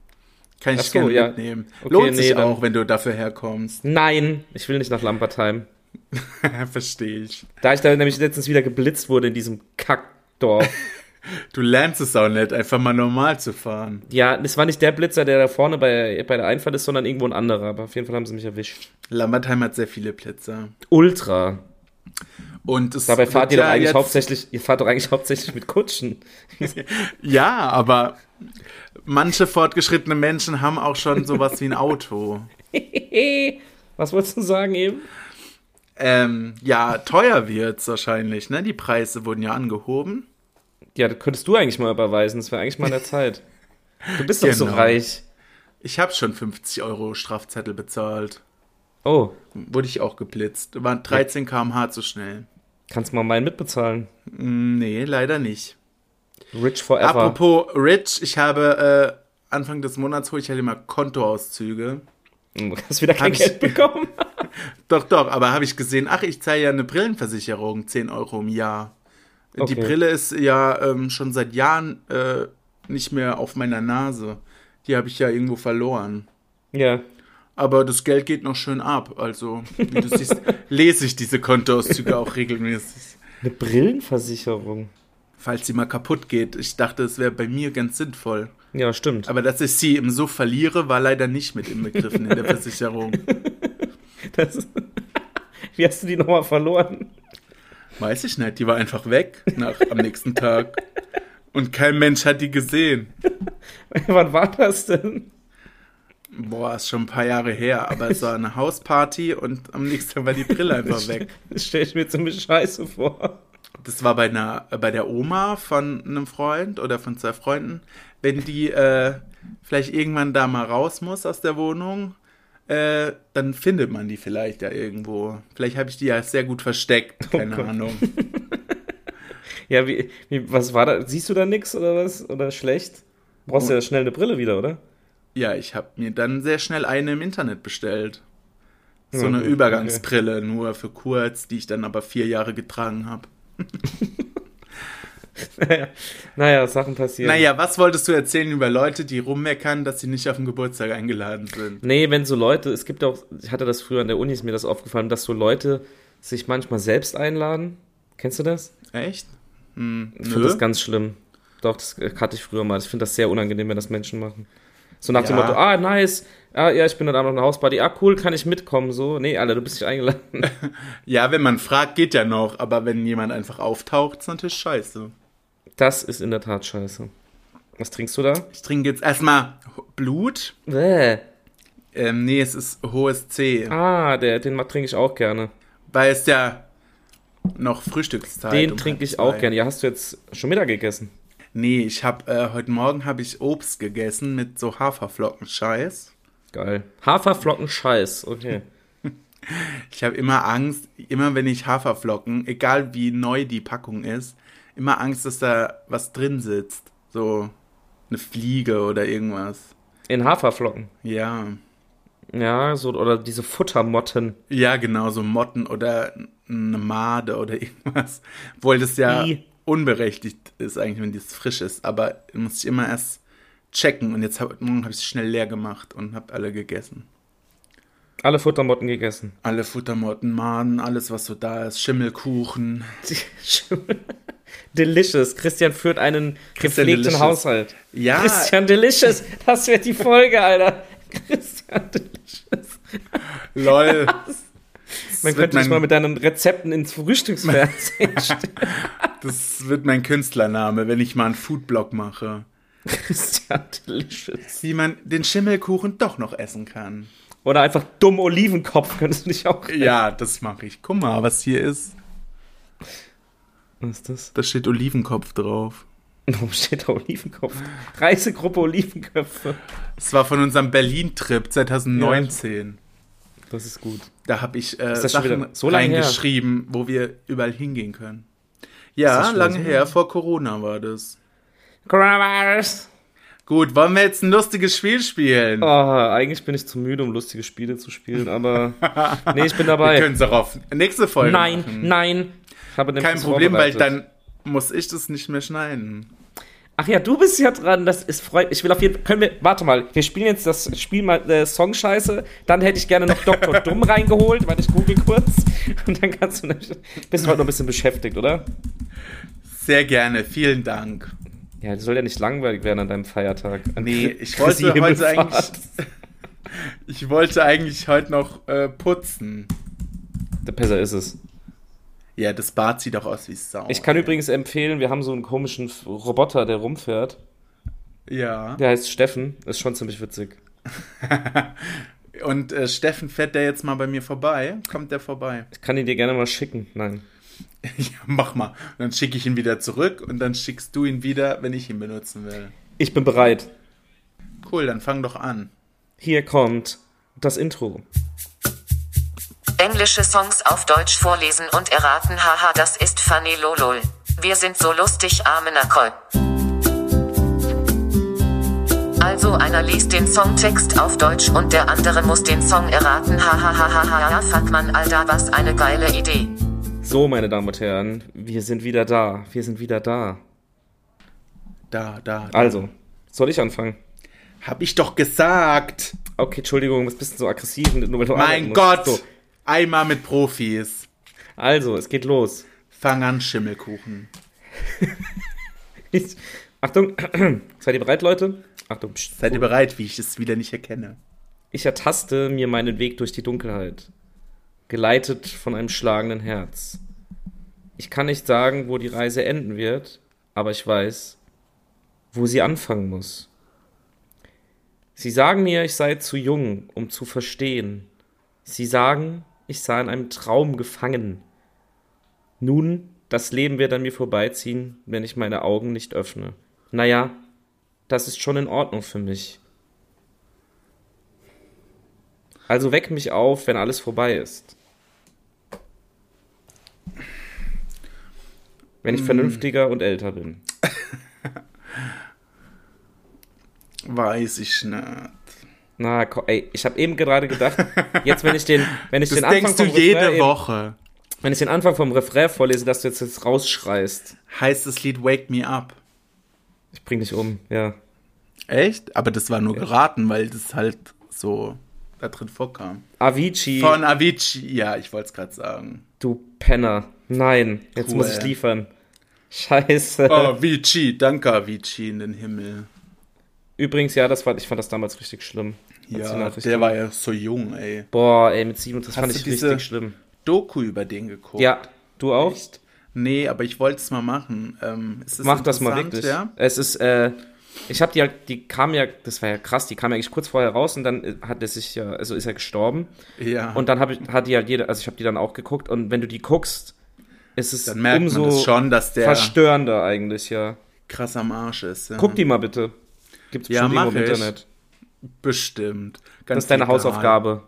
Speaker 1: Kann ich
Speaker 2: Ach
Speaker 1: dich
Speaker 2: so,
Speaker 1: gerne
Speaker 2: ja.
Speaker 1: mitnehmen.
Speaker 2: Okay,
Speaker 1: Lohnt
Speaker 2: nee,
Speaker 1: sich
Speaker 2: dann-
Speaker 1: auch, wenn du dafür herkommst.
Speaker 2: Nein, ich will nicht nach Lampertheim.
Speaker 1: Verstehe ich.
Speaker 2: Da ich da nämlich letztens wieder geblitzt wurde in diesem Kackdorf.
Speaker 1: Du lernst es auch nicht, einfach mal normal zu fahren.
Speaker 2: Ja, das war nicht der Blitzer, der da vorne bei, bei der Einfahrt ist, sondern irgendwo ein anderer. Aber auf jeden Fall haben sie mich erwischt.
Speaker 1: Lambertheim hat sehr viele Plätze.
Speaker 2: Ultra.
Speaker 1: Und es
Speaker 2: Dabei fahrt
Speaker 1: wird
Speaker 2: ihr doch
Speaker 1: ja
Speaker 2: eigentlich
Speaker 1: jetzt-
Speaker 2: hauptsächlich, ihr fahrt doch eigentlich hauptsächlich mit Kutschen.
Speaker 1: Ja, aber manche fortgeschrittene Menschen haben auch schon sowas wie ein Auto.
Speaker 2: Eh, Was wolltest du sagen eben?
Speaker 1: Ähm, ja, teuer wird's wahrscheinlich, ne? Die Preise wurden ja angehoben.
Speaker 2: Ja, das könntest du eigentlich mal überweisen. Das wäre eigentlich mal an der Zeit. Du bist doch so
Speaker 1: Genau.
Speaker 2: reich.
Speaker 1: Ich habe schon 50 Euro Strafzettel bezahlt.
Speaker 2: Oh,
Speaker 1: Wurde ich auch geblitzt. War 13 km/h zu schnell.
Speaker 2: kannst mal meinen mitbezahlen.
Speaker 1: Mm, Nee, leider nicht.
Speaker 2: Rich forever.
Speaker 1: Apropos Rich, ich habe äh, Anfang des Monats hole ich halt immer Kontoauszüge.
Speaker 2: Du hast wieder
Speaker 1: Hab
Speaker 2: kein
Speaker 1: ich-
Speaker 2: Geld bekommen.
Speaker 1: Doch, doch, aber habe ich gesehen, ach, ich zahle ja eine Brillenversicherung, 10 Euro im Jahr.
Speaker 2: Okay.
Speaker 1: Die Brille ist ja ähm, schon seit Jahren äh, nicht mehr auf meiner Nase. Die habe ich ja irgendwo verloren.
Speaker 2: ja.
Speaker 1: Aber das Geld geht noch schön ab. Also, wie du siehst, lese ich diese Kontoauszüge auch regelmäßig.
Speaker 2: Eine Brillenversicherung.
Speaker 1: Falls sie mal kaputt geht. Ich dachte, es wäre bei mir ganz sinnvoll.
Speaker 2: Ja, stimmt.
Speaker 1: Aber dass ich sie im Suff verliere, war leider nicht mit inbegriffen in der Versicherung.
Speaker 2: Das, wie hast du die nochmal verloren?
Speaker 1: Weiß ich nicht, die war einfach weg nach, am nächsten Tag. Und kein Mensch hat die gesehen.
Speaker 2: Wann war das denn?
Speaker 1: Boah, ist schon ein paar Jahre her, aber es war eine Hausparty und am nächsten Tag war die Brille einfach weg.
Speaker 2: Das stelle ich mir ziemlich scheiße vor.
Speaker 1: Das war bei, einer, äh, bei der Oma von einem Freund oder von zwei Freunden. Wenn die äh, vielleicht irgendwann da mal raus muss aus der Wohnung, äh, dann findet man die vielleicht ja irgendwo. Vielleicht habe ich die ja sehr gut versteckt,
Speaker 2: Oh
Speaker 1: keine
Speaker 2: Gott.
Speaker 1: Ahnung.
Speaker 2: Ja, wie, wie, was war da? Siehst du da nichts oder was? Oder schlecht? Brauchst
Speaker 1: Hm.
Speaker 2: du ja schnell eine Brille wieder, oder?
Speaker 1: Ja, ich habe mir dann sehr schnell eine im Internet bestellt. So
Speaker 2: Ja,
Speaker 1: eine
Speaker 2: gut,
Speaker 1: Übergangsbrille, nur für kurz, die ich dann aber vier Jahre getragen habe.
Speaker 2: Naja, Sachen passieren.
Speaker 1: Naja, was wolltest du erzählen über Leute, die rummeckern, dass sie nicht auf den Geburtstag eingeladen sind?
Speaker 2: Nee, wenn so Leute, es gibt auch, ich hatte das früher an der Uni, ist mir das aufgefallen, dass so Leute sich manchmal selbst einladen. Kennst du das?
Speaker 1: Echt? Hm,
Speaker 2: Ich finde
Speaker 1: nö.
Speaker 2: das ganz schlimm. Doch, das äh, hatte ich früher mal. Ich finde das sehr unangenehm, wenn das Menschen machen. So nach dem
Speaker 1: Ja.
Speaker 2: Motto, ah, nice, ah, ja, ich bin heute Abend auf einer Hausparty, ah, cool, kann ich mitkommen, so. Nee, Alter, du bist nicht eingeladen.
Speaker 1: Ja, wenn man fragt, geht ja noch, aber wenn jemand einfach auftaucht, ist natürlich scheiße.
Speaker 2: Das ist in der Tat scheiße. Was trinkst du da?
Speaker 1: Ich trinke jetzt erstmal Ho- Blut.
Speaker 2: Bäh.
Speaker 1: Ähm, nee, es ist hohes C,
Speaker 2: Ah, der, den ma- trinke ich auch gerne.
Speaker 1: weil es ja noch Frühstückszeit.
Speaker 2: Den
Speaker 1: um
Speaker 2: trinke
Speaker 1: halb
Speaker 2: ich auch
Speaker 1: zwei.
Speaker 2: gerne. Ja, hast du jetzt schon Mittag gegessen?
Speaker 1: Nee, ich habe äh, heute Morgen habe ich Obst gegessen mit so Haferflockenscheiß.
Speaker 2: Geil. Haferflocken Scheiß, okay.
Speaker 1: Ich habe immer Angst, immer wenn ich Haferflocken, egal wie neu die Packung ist, immer Angst, dass da was drin sitzt. So eine Fliege oder irgendwas.
Speaker 2: In Haferflocken.
Speaker 1: Ja.
Speaker 2: Ja, so, oder diese Futtermotten.
Speaker 1: Ja, genau, so Motten oder eine Made oder irgendwas. Obwohl das ja
Speaker 2: I.
Speaker 1: unberechtigt ist eigentlich, wenn das frisch ist. Aber muss ich immer erst checken. Und jetzt hab, morgen habe ich es schnell leer gemacht und habe alle gegessen.
Speaker 2: Alle Futtermotten gegessen.
Speaker 1: Alle Futtermotten, Maden, alles, was so da ist. Schimmelkuchen.
Speaker 2: Delicious. Christian führt einen
Speaker 1: Christian
Speaker 2: gepflegten
Speaker 1: Delicious.
Speaker 2: Haushalt.
Speaker 1: Ja,
Speaker 2: Christian Delicious. Das wird die Folge, Alter. Christian Delicious.
Speaker 1: lol.
Speaker 2: Man
Speaker 1: wird
Speaker 2: könnte dich
Speaker 1: mein-
Speaker 2: mal mit deinen Rezepten ins Frühstücksfernsehen stellen.
Speaker 1: Das wird mein Künstlername, wenn ich mal einen Foodblog mache.
Speaker 2: Christian Delicious.
Speaker 1: Wie man den Schimmelkuchen doch noch essen kann.
Speaker 2: Oder einfach dumm Olivenkopf. Könntest du nicht auch.
Speaker 1: Ja, das mache ich. Guck mal, was hier ist.
Speaker 2: Was ist das?
Speaker 1: Da steht Olivenkopf drauf.
Speaker 2: Warum steht da Olivenkopf? Reisegruppe Olivenköpfe.
Speaker 1: Es war von unserem Berlin-Trip 2019.
Speaker 2: Das ist gut.
Speaker 1: Da habe ich äh,
Speaker 2: das schon
Speaker 1: Sachen
Speaker 2: wieder so lange her?
Speaker 1: reingeschrieben, wo wir überall hingehen können.
Speaker 2: das
Speaker 1: Ja,
Speaker 2: schon
Speaker 1: lange
Speaker 2: so
Speaker 1: her, vor Corona war das.
Speaker 2: Coronavirus.
Speaker 1: Gut, wollen wir jetzt ein lustiges Spiel spielen?
Speaker 2: Ah, eigentlich bin ich zu müde, um lustige Spiele zu spielen, aber. Nee, ich bin
Speaker 1: wir
Speaker 2: dabei.
Speaker 1: können es auch auf nächste Folge
Speaker 2: Nein,
Speaker 1: machen.
Speaker 2: nein. Ich habe nämlich
Speaker 1: Kein
Speaker 2: was
Speaker 1: Problem, weil
Speaker 2: vorbereitet.
Speaker 1: dann muss ich das nicht mehr schneiden.
Speaker 2: Ach ja, du bist ja dran. Das ist freut. Ich will auf jeden Fall. Können wir. Warte mal. Wir spielen jetzt das Spiel mal äh, Songscheiße. Dann hätte ich gerne noch Dr. Dumm reingeholt, weil ich google kurz. Und dann kannst du. nämlich- Bist du heute noch ein bisschen beschäftigt, oder?
Speaker 1: Sehr gerne, vielen Dank.
Speaker 2: Ja, das soll ja nicht langweilig werden an deinem Feiertag. An
Speaker 1: Nee, ich
Speaker 2: Christi
Speaker 1: wollte heute
Speaker 2: Himmelfahrt.
Speaker 1: eigentlich. Ich wollte eigentlich heute noch äh, putzen.
Speaker 2: Besser ist es.
Speaker 1: Ja, das Bad sieht auch aus wie Sau.
Speaker 2: Ich kann übrigens empfehlen, wir haben so einen komischen F- Roboter, der rumfährt.
Speaker 1: ja.
Speaker 2: Der heißt Steffen. Ist schon ziemlich witzig.
Speaker 1: Und äh, Steffen fährt der jetzt mal bei mir vorbei? Kommt der vorbei?
Speaker 2: Ich kann ihn dir gerne mal schicken. Nein.
Speaker 1: ja, mach mal. Und dann schicke ich ihn wieder zurück und dann schickst du ihn wieder, wenn ich ihn benutzen will.
Speaker 2: Ich bin bereit.
Speaker 1: Cool, dann fang doch an.
Speaker 2: Hier kommt das Intro.
Speaker 3: Englische Songs auf Deutsch vorlesen und erraten. Haha, das ist funny lolol. Wir sind so lustig, arme Nacol. Also einer liest den Songtext auf Deutsch und der andere muss den Song erraten. Hahaha, ja, fuck man, Alter, was eine geile Idee.
Speaker 2: So, meine Damen und Herren, wir sind wieder da. Wir sind wieder da.
Speaker 1: Da, da. da.
Speaker 2: Also, soll ich anfangen?
Speaker 1: Hab ich doch gesagt.
Speaker 2: Okay, Entschuldigung, was bist du so aggressiv? Nur weil du arbeiten
Speaker 1: Mein
Speaker 2: musst.
Speaker 1: Gott.
Speaker 2: So,
Speaker 1: Einmal mit Profis.
Speaker 2: also, es geht los.
Speaker 1: Fang an, Schimmelkuchen.
Speaker 2: Ich, Achtung, seid ihr bereit, Leute? Achtung, pst.
Speaker 1: Seid ihr bereit, wie ich es wieder nicht erkenne?
Speaker 2: ich ertaste mir meinen Weg durch die Dunkelheit, geleitet von einem schlagenden Herz. Ich kann nicht sagen, wo die Reise enden wird, aber ich weiß, wo sie anfangen muss. Sie sagen mir, ich sei zu jung, um zu verstehen. Sie sagen, ich sei in einem Traum gefangen. Nun, das Leben wird an mir vorbeiziehen, wenn ich meine Augen nicht öffne. Naja, das ist schon in Ordnung für mich. Also weck mich auf, wenn alles vorbei ist. Wenn ich
Speaker 1: Mm.
Speaker 2: vernünftiger und älter bin.
Speaker 1: Weiß ich nicht.
Speaker 2: Na, ko- ey, ich habe eben gerade gedacht, jetzt wenn ich den, wenn ich
Speaker 1: Das
Speaker 2: den Anfang
Speaker 1: denkst du
Speaker 2: vom
Speaker 1: jede
Speaker 2: Refrain,
Speaker 1: Woche.
Speaker 2: wenn ich den Anfang vom Refrain vorlese, dass du jetzt, jetzt rausschreist.
Speaker 1: Heißt das Lied Wake Me Up.
Speaker 2: Ich bring dich um, ja.
Speaker 1: Echt? Aber das war nur geraten, weil das halt so da drin vorkam.
Speaker 2: Avicii,
Speaker 1: Von Avicii. Ja, ich wollte es gerade sagen.
Speaker 2: du Penner. Nein, jetzt
Speaker 1: Cool. Oh.
Speaker 2: muss ich liefern. Scheiße.
Speaker 1: Ah, Avicii, danke Avicii in den Himmel.
Speaker 2: Übrigens, ja, das war, ich fand das damals richtig schlimm. als die
Speaker 1: Ja,
Speaker 2: Nachricht
Speaker 1: der
Speaker 2: kam.
Speaker 1: war ja so jung, ey.
Speaker 2: Boah, ey, mit sieben, das fand
Speaker 1: du
Speaker 2: ich
Speaker 1: diese-
Speaker 2: richtig schlimm.
Speaker 1: Doku über den geguckt.
Speaker 2: Ja, du auch?
Speaker 1: Nee, aber ich wollte es mal machen. Ähm, ist
Speaker 2: Mach das mal
Speaker 1: interessant,
Speaker 2: wirklich.
Speaker 1: Ja?
Speaker 2: Es ist, äh, ich habe die halt, die kam ja, das war ja krass, die kam ja eigentlich kurz vorher raus und dann äh, hat er sich ja, also ist er gestorben.
Speaker 1: ja.
Speaker 2: Und dann habe ich, hat die halt jede, also ich habe die dann auch geguckt und wenn du die guckst, ist es
Speaker 1: dann merkt
Speaker 2: umso
Speaker 1: man das schon, dass der
Speaker 2: verstörender eigentlich, ja.
Speaker 1: krass am Arsch ist. Ja.
Speaker 2: Guck die mal bitte. Gibt's
Speaker 1: Ja,
Speaker 2: bestimmt
Speaker 1: mach
Speaker 2: irgendwo im
Speaker 1: ich.
Speaker 2: Internet.
Speaker 1: Bestimmt.
Speaker 2: Das
Speaker 1: Ganz
Speaker 2: ist deine
Speaker 1: legal.
Speaker 2: Hausaufgabe.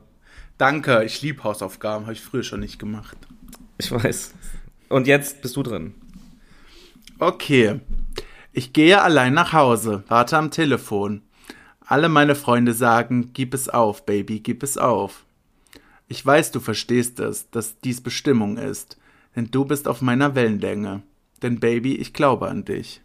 Speaker 1: Danke, ich liebe Hausaufgaben, habe ich früher schon nicht gemacht.
Speaker 2: Ich weiß. Und jetzt bist du drin.
Speaker 1: Okay. Ich gehe allein nach Hause, warte am Telefon. Alle meine Freunde sagen, gib es auf, Baby, gib es auf. Ich weiß, du verstehst es, dass dies Bestimmung ist, denn du bist auf meiner Wellenlänge. Denn Baby, ich glaube an dich.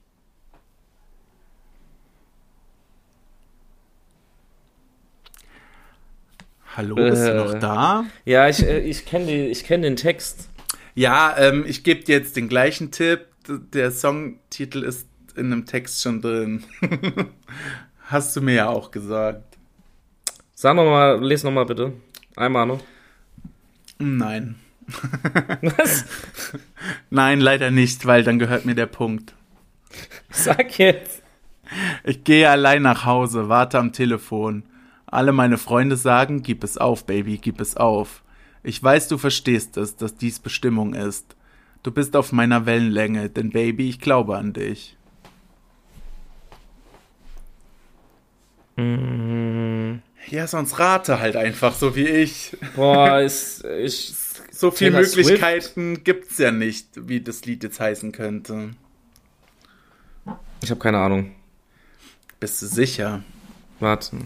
Speaker 1: Hallo, bist du
Speaker 2: Äh.
Speaker 1: noch da?
Speaker 2: Ja, ich, äh, ich kenne ich kenn den Text.
Speaker 1: Ja, ähm, ich gebe dir jetzt den gleichen Tipp. D- Der Songtitel ist in einem Text schon drin. Hast du mir ja auch gesagt.
Speaker 2: Sag nochmal, les nochmal bitte. Einmal noch.
Speaker 1: Nein.
Speaker 2: Was?
Speaker 1: Nein, leider nicht, weil dann gehört mir der Punkt.
Speaker 2: Sag jetzt.
Speaker 1: Ich gehe allein nach Hause, warte am Telefon. Alle meine Freunde sagen, gib es auf, Baby, gib es auf. Ich weiß, du verstehst es, dass dies Bestimmung ist. Du bist auf meiner Wellenlänge, denn Baby, ich glaube an dich.
Speaker 2: Mhm.
Speaker 1: Ja, sonst rate halt einfach, so wie ich.
Speaker 2: Boah, ist, ich.
Speaker 1: So viele
Speaker 2: Taylor Swift?
Speaker 1: Möglichkeiten gibt's ja nicht, wie das Lied jetzt heißen könnte.
Speaker 2: Ich habe keine Ahnung.
Speaker 1: Bist du sicher?
Speaker 2: Warte.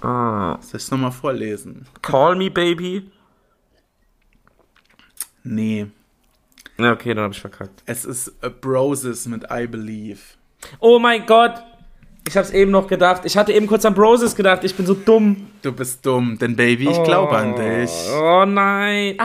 Speaker 1: Soll ich es nochmal vorlesen?
Speaker 2: Call me baby.
Speaker 1: Nee.
Speaker 2: Ja, okay, dann habe ich verkackt.
Speaker 1: Es ist äh, Broses mit I Believe.
Speaker 2: Oh mein Gott. Ich hab's eben noch gedacht. Ich hatte eben kurz an Broses gedacht. Ich bin so dumm.
Speaker 1: Du bist dumm, denn Baby, ich glaube an dich.
Speaker 2: Oh nein.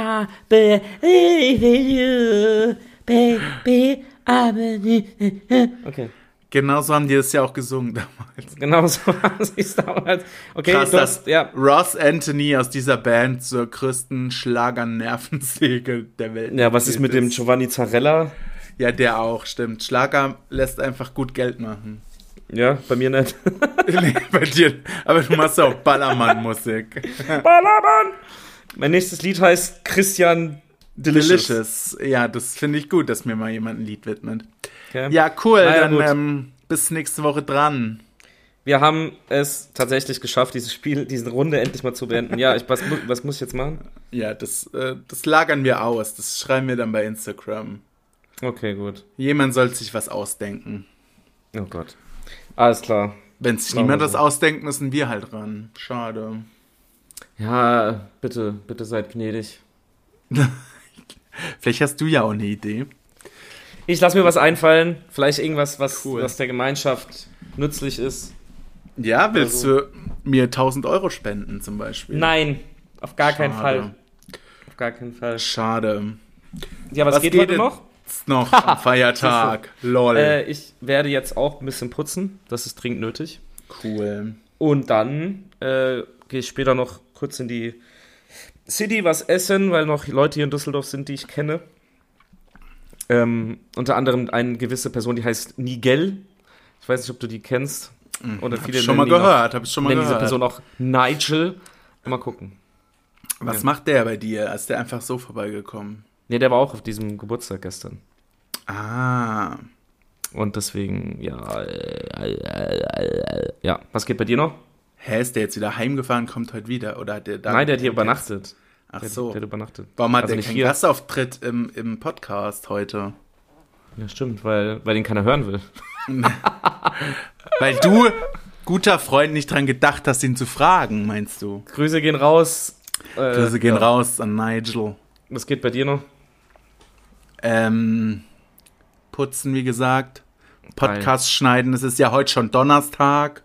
Speaker 2: E, I E, believe in you. Baby, I believe. Okay.
Speaker 1: Genauso haben die das ja auch gesungen damals.
Speaker 2: Genau so war es damals. Okay,
Speaker 1: Krass,
Speaker 2: du
Speaker 1: dass
Speaker 2: hast, ja.
Speaker 1: Ross Anthony aus dieser Band zur größten Schlager-Nervensäge der Welt.
Speaker 2: Ja, was ist mit dem Giovanni Zarella?
Speaker 1: Ja, der auch, stimmt. Schlager lässt einfach gut Geld machen.
Speaker 2: Ja, bei mir nicht.
Speaker 1: nee, bei dir. Aber du machst auch Ballermann-Musik.
Speaker 2: Ballermann! Mein nächstes Lied heißt Christian Delicious.
Speaker 1: Delicious. Ja, das finde ich gut, dass mir mal jemand ein Lied widmet.
Speaker 2: Okay.
Speaker 1: Ja, cool.
Speaker 2: Na ja,
Speaker 1: dann
Speaker 2: gut.
Speaker 1: ähm, bis nächste Woche dran.
Speaker 2: Wir haben es tatsächlich geschafft, dieses Spiel, diese Runde endlich mal zu beenden. Ja, ich, was, mu- was muss ich jetzt machen?
Speaker 1: Ja, das, äh, das lagern wir aus. Das schreiben wir dann bei Instagram.
Speaker 2: Okay, gut.
Speaker 1: Jemand soll sich was ausdenken.
Speaker 2: Oh Gott. Alles klar.
Speaker 1: Wenn sich
Speaker 2: Machen
Speaker 1: niemand
Speaker 2: wir
Speaker 1: das
Speaker 2: so.
Speaker 1: ausdenkt, müssen wir halt ran. Schade.
Speaker 2: Ja, bitte, bitte seid gnädig.
Speaker 1: Vielleicht hast du ja auch eine Idee.
Speaker 2: Ich lasse mir was einfallen. Vielleicht irgendwas, was,
Speaker 1: Cool.
Speaker 2: was der Gemeinschaft nützlich ist.
Speaker 1: Ja, willst du mir 1000 Euro spenden zum Beispiel?
Speaker 2: Nein, auf gar
Speaker 1: Schade.
Speaker 2: keinen Fall. Auf gar keinen Fall.
Speaker 1: Schade.
Speaker 2: Ja, was, geht, heute
Speaker 1: denn
Speaker 2: noch?
Speaker 1: jetzt noch am Feiertag? Lol.
Speaker 2: Äh, ich werde jetzt auch ein bisschen putzen. Das ist dringend nötig.
Speaker 1: cool.
Speaker 2: Und dann äh, gehe ich später noch kurz in die City was essen, weil noch Leute hier in Düsseldorf sind, die ich kenne. Ähm, unter anderem eine gewisse Person, die heißt Nigel. Ich weiß nicht, ob du die kennst. Oder
Speaker 1: Mhm, Hab ich schon mal
Speaker 2: nennen die
Speaker 1: gehört. Hab ich schon
Speaker 2: Noch,
Speaker 1: mal
Speaker 2: nennen diese
Speaker 1: gehört.
Speaker 2: Person auch Nigel. Mal gucken.
Speaker 1: Was macht der bei dir? Ist der einfach so vorbeigekommen?
Speaker 2: Ne, der war auch auf diesem Geburtstag gestern.
Speaker 1: Ah.
Speaker 2: Und deswegen, ja. äh, äh, äh, Ja, was geht bei dir noch?
Speaker 1: Hä, ist der jetzt wieder heimgefahren, kommt heute wieder? Oder hat der da.
Speaker 2: Nein, der hat hier übernachtet.
Speaker 1: Ach
Speaker 2: Der,
Speaker 1: so.
Speaker 2: der hat übernachtet.
Speaker 1: Warum hat
Speaker 2: Also
Speaker 1: der
Speaker 2: nicht
Speaker 1: keinen
Speaker 2: hier.
Speaker 1: Gastauftritt im, im Podcast heute?
Speaker 2: Ja, stimmt, weil, weil den keiner hören will.
Speaker 1: Weil du, guter Freund, nicht dran gedacht hast, ihn zu fragen, meinst du?
Speaker 2: Grüße gehen raus. Äh,
Speaker 1: Grüße gehen
Speaker 2: ja.
Speaker 1: raus an Nigel.
Speaker 2: Was geht bei dir noch?
Speaker 1: Ähm, putzen, wie gesagt. Podcast schneiden. Es ist ja heute schon Donnerstag.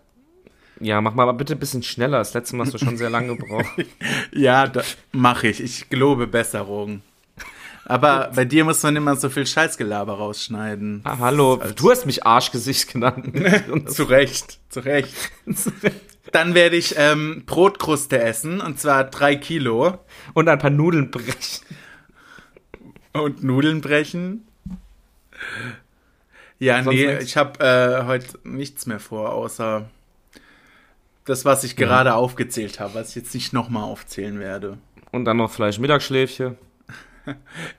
Speaker 2: Ja, mach mal aber bitte ein bisschen schneller. Das letzte Mal hast du schon sehr lange gebraucht.
Speaker 1: Ja, da mache ich. Ich gelobe Besserung. Aber bei dir muss man immer so viel Scheißgelaber rausschneiden.
Speaker 2: Ah, hallo, du hast mich Arschgesicht genannt. Und
Speaker 1: Zu Recht, zu Recht. Dann werde ich ähm, Brotkruste essen, und zwar drei Kilo.
Speaker 2: und ein paar Nudeln brechen.
Speaker 1: Und Nudeln brechen. Ja,
Speaker 2: Sonst
Speaker 1: nee,
Speaker 2: nichts?
Speaker 1: ich habe äh, heute nichts mehr vor, außer das, was ich gerade aufgezählt habe, was ich jetzt nicht nochmal aufzählen werde.
Speaker 2: Und dann noch vielleicht Mittagsschläfchen.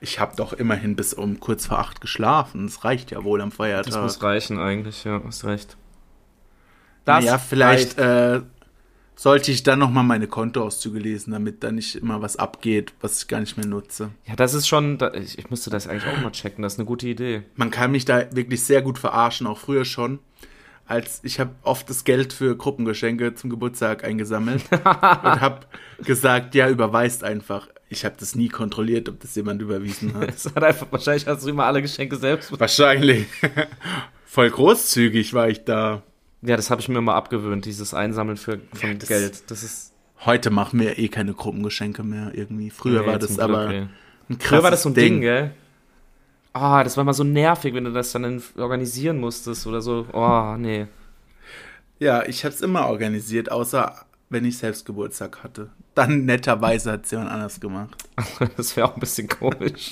Speaker 1: Ich habe doch immerhin bis um kurz vor acht geschlafen. Das reicht ja wohl am Feiertag.
Speaker 2: Das muss reichen eigentlich, ja, hast recht.
Speaker 1: ja, vielleicht
Speaker 2: reicht.
Speaker 1: äh, sollte ich dann nochmal meine Kontoauszüge lesen, damit da nicht immer was abgeht, was ich gar nicht mehr nutze.
Speaker 2: Ja, das ist schon. da- Ich ich müsste das eigentlich auch mal checken. Das ist eine gute Idee.
Speaker 1: Man kann mich da wirklich sehr gut verarschen, auch früher schon. Als ich habe oft das Geld für Gruppengeschenke zum Geburtstag eingesammelt und habe gesagt, ja, überweist einfach. Ich habe das nie kontrolliert, ob das jemand überwiesen hat.
Speaker 2: Das hat einfach, wahrscheinlich hast du immer alle Geschenke selbst.
Speaker 1: Wahrscheinlich. Voll großzügig war ich da.
Speaker 2: Ja, das habe ich mir mal abgewöhnt, dieses Einsammeln für, von
Speaker 1: das-
Speaker 2: Geld. Das ist.
Speaker 1: Heute machen wir eh keine Gruppengeschenke mehr irgendwie. Früher
Speaker 2: Nee,
Speaker 1: war
Speaker 2: zum
Speaker 1: das
Speaker 2: Glück,
Speaker 1: aber
Speaker 2: ey.
Speaker 1: ein krasses
Speaker 2: Früher war das so ein Ding,
Speaker 1: Ding
Speaker 2: gell? Ah, das war mal so nervig, wenn du das dann in- organisieren musstest oder so. Oh, nee.
Speaker 1: Ja, ich hab's immer organisiert, außer wenn ich selbst Geburtstag hatte. Dann netterweise hat's jemand anders gemacht.
Speaker 2: Das wäre auch ein bisschen komisch.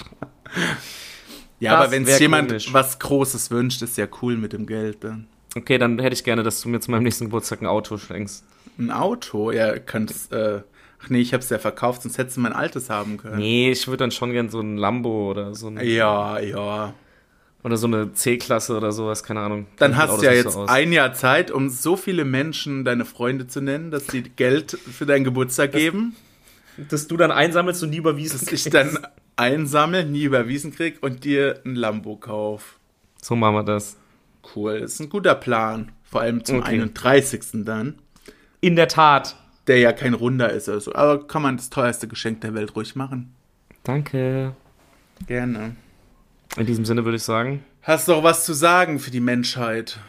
Speaker 1: Ja,
Speaker 2: Das
Speaker 1: aber wenn
Speaker 2: wär
Speaker 1: sich jemand
Speaker 2: komisch.
Speaker 1: was Großes wünscht, ist ja cool mit dem Geld dann.
Speaker 2: Okay, dann hätte ich gerne, dass du mir zu meinem nächsten Geburtstag ein Auto schenkst.
Speaker 1: Ein Auto, ja, kannst, äh, ach nee, ich hab's ja verkauft, sonst hättest du mein altes haben können.
Speaker 2: Nee, ich würde dann schon gern so ein Lambo oder so, ein,
Speaker 1: Ja, ja.
Speaker 2: oder so eine C-Klasse oder sowas, keine Ahnung.
Speaker 1: Dann
Speaker 2: Kenn ich
Speaker 1: hast
Speaker 2: mit
Speaker 1: du ja
Speaker 2: Autos nicht
Speaker 1: jetzt
Speaker 2: so aus.
Speaker 1: ein Jahr Zeit, um so viele Menschen deine Freunde zu nennen, dass die Geld für deinen Geburtstag geben,
Speaker 2: Dass du dann einsammelst und nie überwiesen
Speaker 1: dass ich
Speaker 2: kriegst.
Speaker 1: dann einsammle, nie überwiesen krieg und dir ein Lambo kauf.
Speaker 2: So machen wir das.
Speaker 1: Cool, das ist ein guter Plan. Vor allem zum
Speaker 2: Okay.
Speaker 1: 31. dann,
Speaker 2: In der Tat.
Speaker 1: der ja kein Runder ist oder so. Aber kann man das teuerste Geschenk der Welt ruhig machen.
Speaker 2: Danke.
Speaker 1: Gerne.
Speaker 2: In diesem Sinne würde ich sagen,
Speaker 1: Hast du noch was zu sagen für die Menschheit?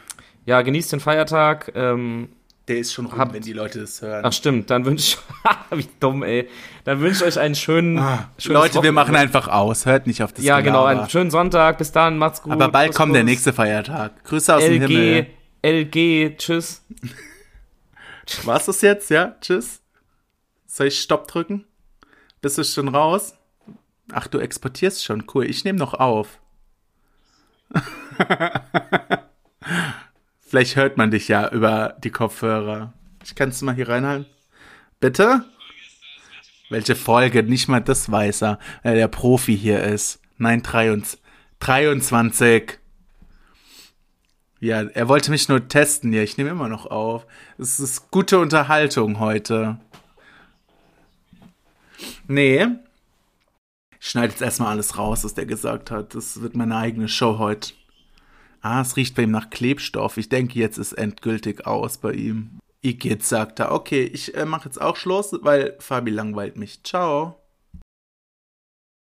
Speaker 2: ja, genießt den Feiertag. Ähm,
Speaker 1: Der ist schon rum,
Speaker 2: Habt-
Speaker 1: wenn die Leute das hören.
Speaker 2: Ach stimmt, dann wünsche ich. Ah, Wie dumm, ey. Dann wünsche ich euch einen schönen.
Speaker 1: Ah,
Speaker 2: schönes
Speaker 1: Leute, wir
Speaker 2: Wochenende.
Speaker 1: machen einfach aus. Hört nicht auf das
Speaker 2: Ja, genau.
Speaker 1: Gelaber.
Speaker 2: Einen schönen Sonntag. Bis dann. Macht's gut.
Speaker 1: Aber bald
Speaker 2: Kuss,
Speaker 1: kommt der
Speaker 2: Kuss.
Speaker 1: nächste Feiertag. Grüße aus dem
Speaker 2: LG.
Speaker 1: Himmel.
Speaker 2: LG. Tschüss.
Speaker 1: War's das jetzt? Ja? Tschüss. Soll ich Stopp drücken? Bist du schon raus? Ach, du exportierst schon. Cool. Ich nehme noch auf. Vielleicht hört man dich ja über die Kopfhörer. Ich kann es mal hier reinhalten. Bitte? Welche Folge? Nicht mal das weiß er, weil der Profi hier ist. Nein, 23. 23. Ja, er wollte mich nur testen. Ja, ich nehme immer noch auf. Es ist gute Unterhaltung heute. Nee. Ich schneide jetzt erstmal alles raus, was der gesagt hat. Das wird meine eigene Show heute. Ah, es riecht bei ihm nach Klebstoff. Ich denke, jetzt ist endgültig aus bei ihm. Igitt sagt er, okay, ich äh, mache jetzt auch Schluss, weil Fabi langweilt mich. Ciao.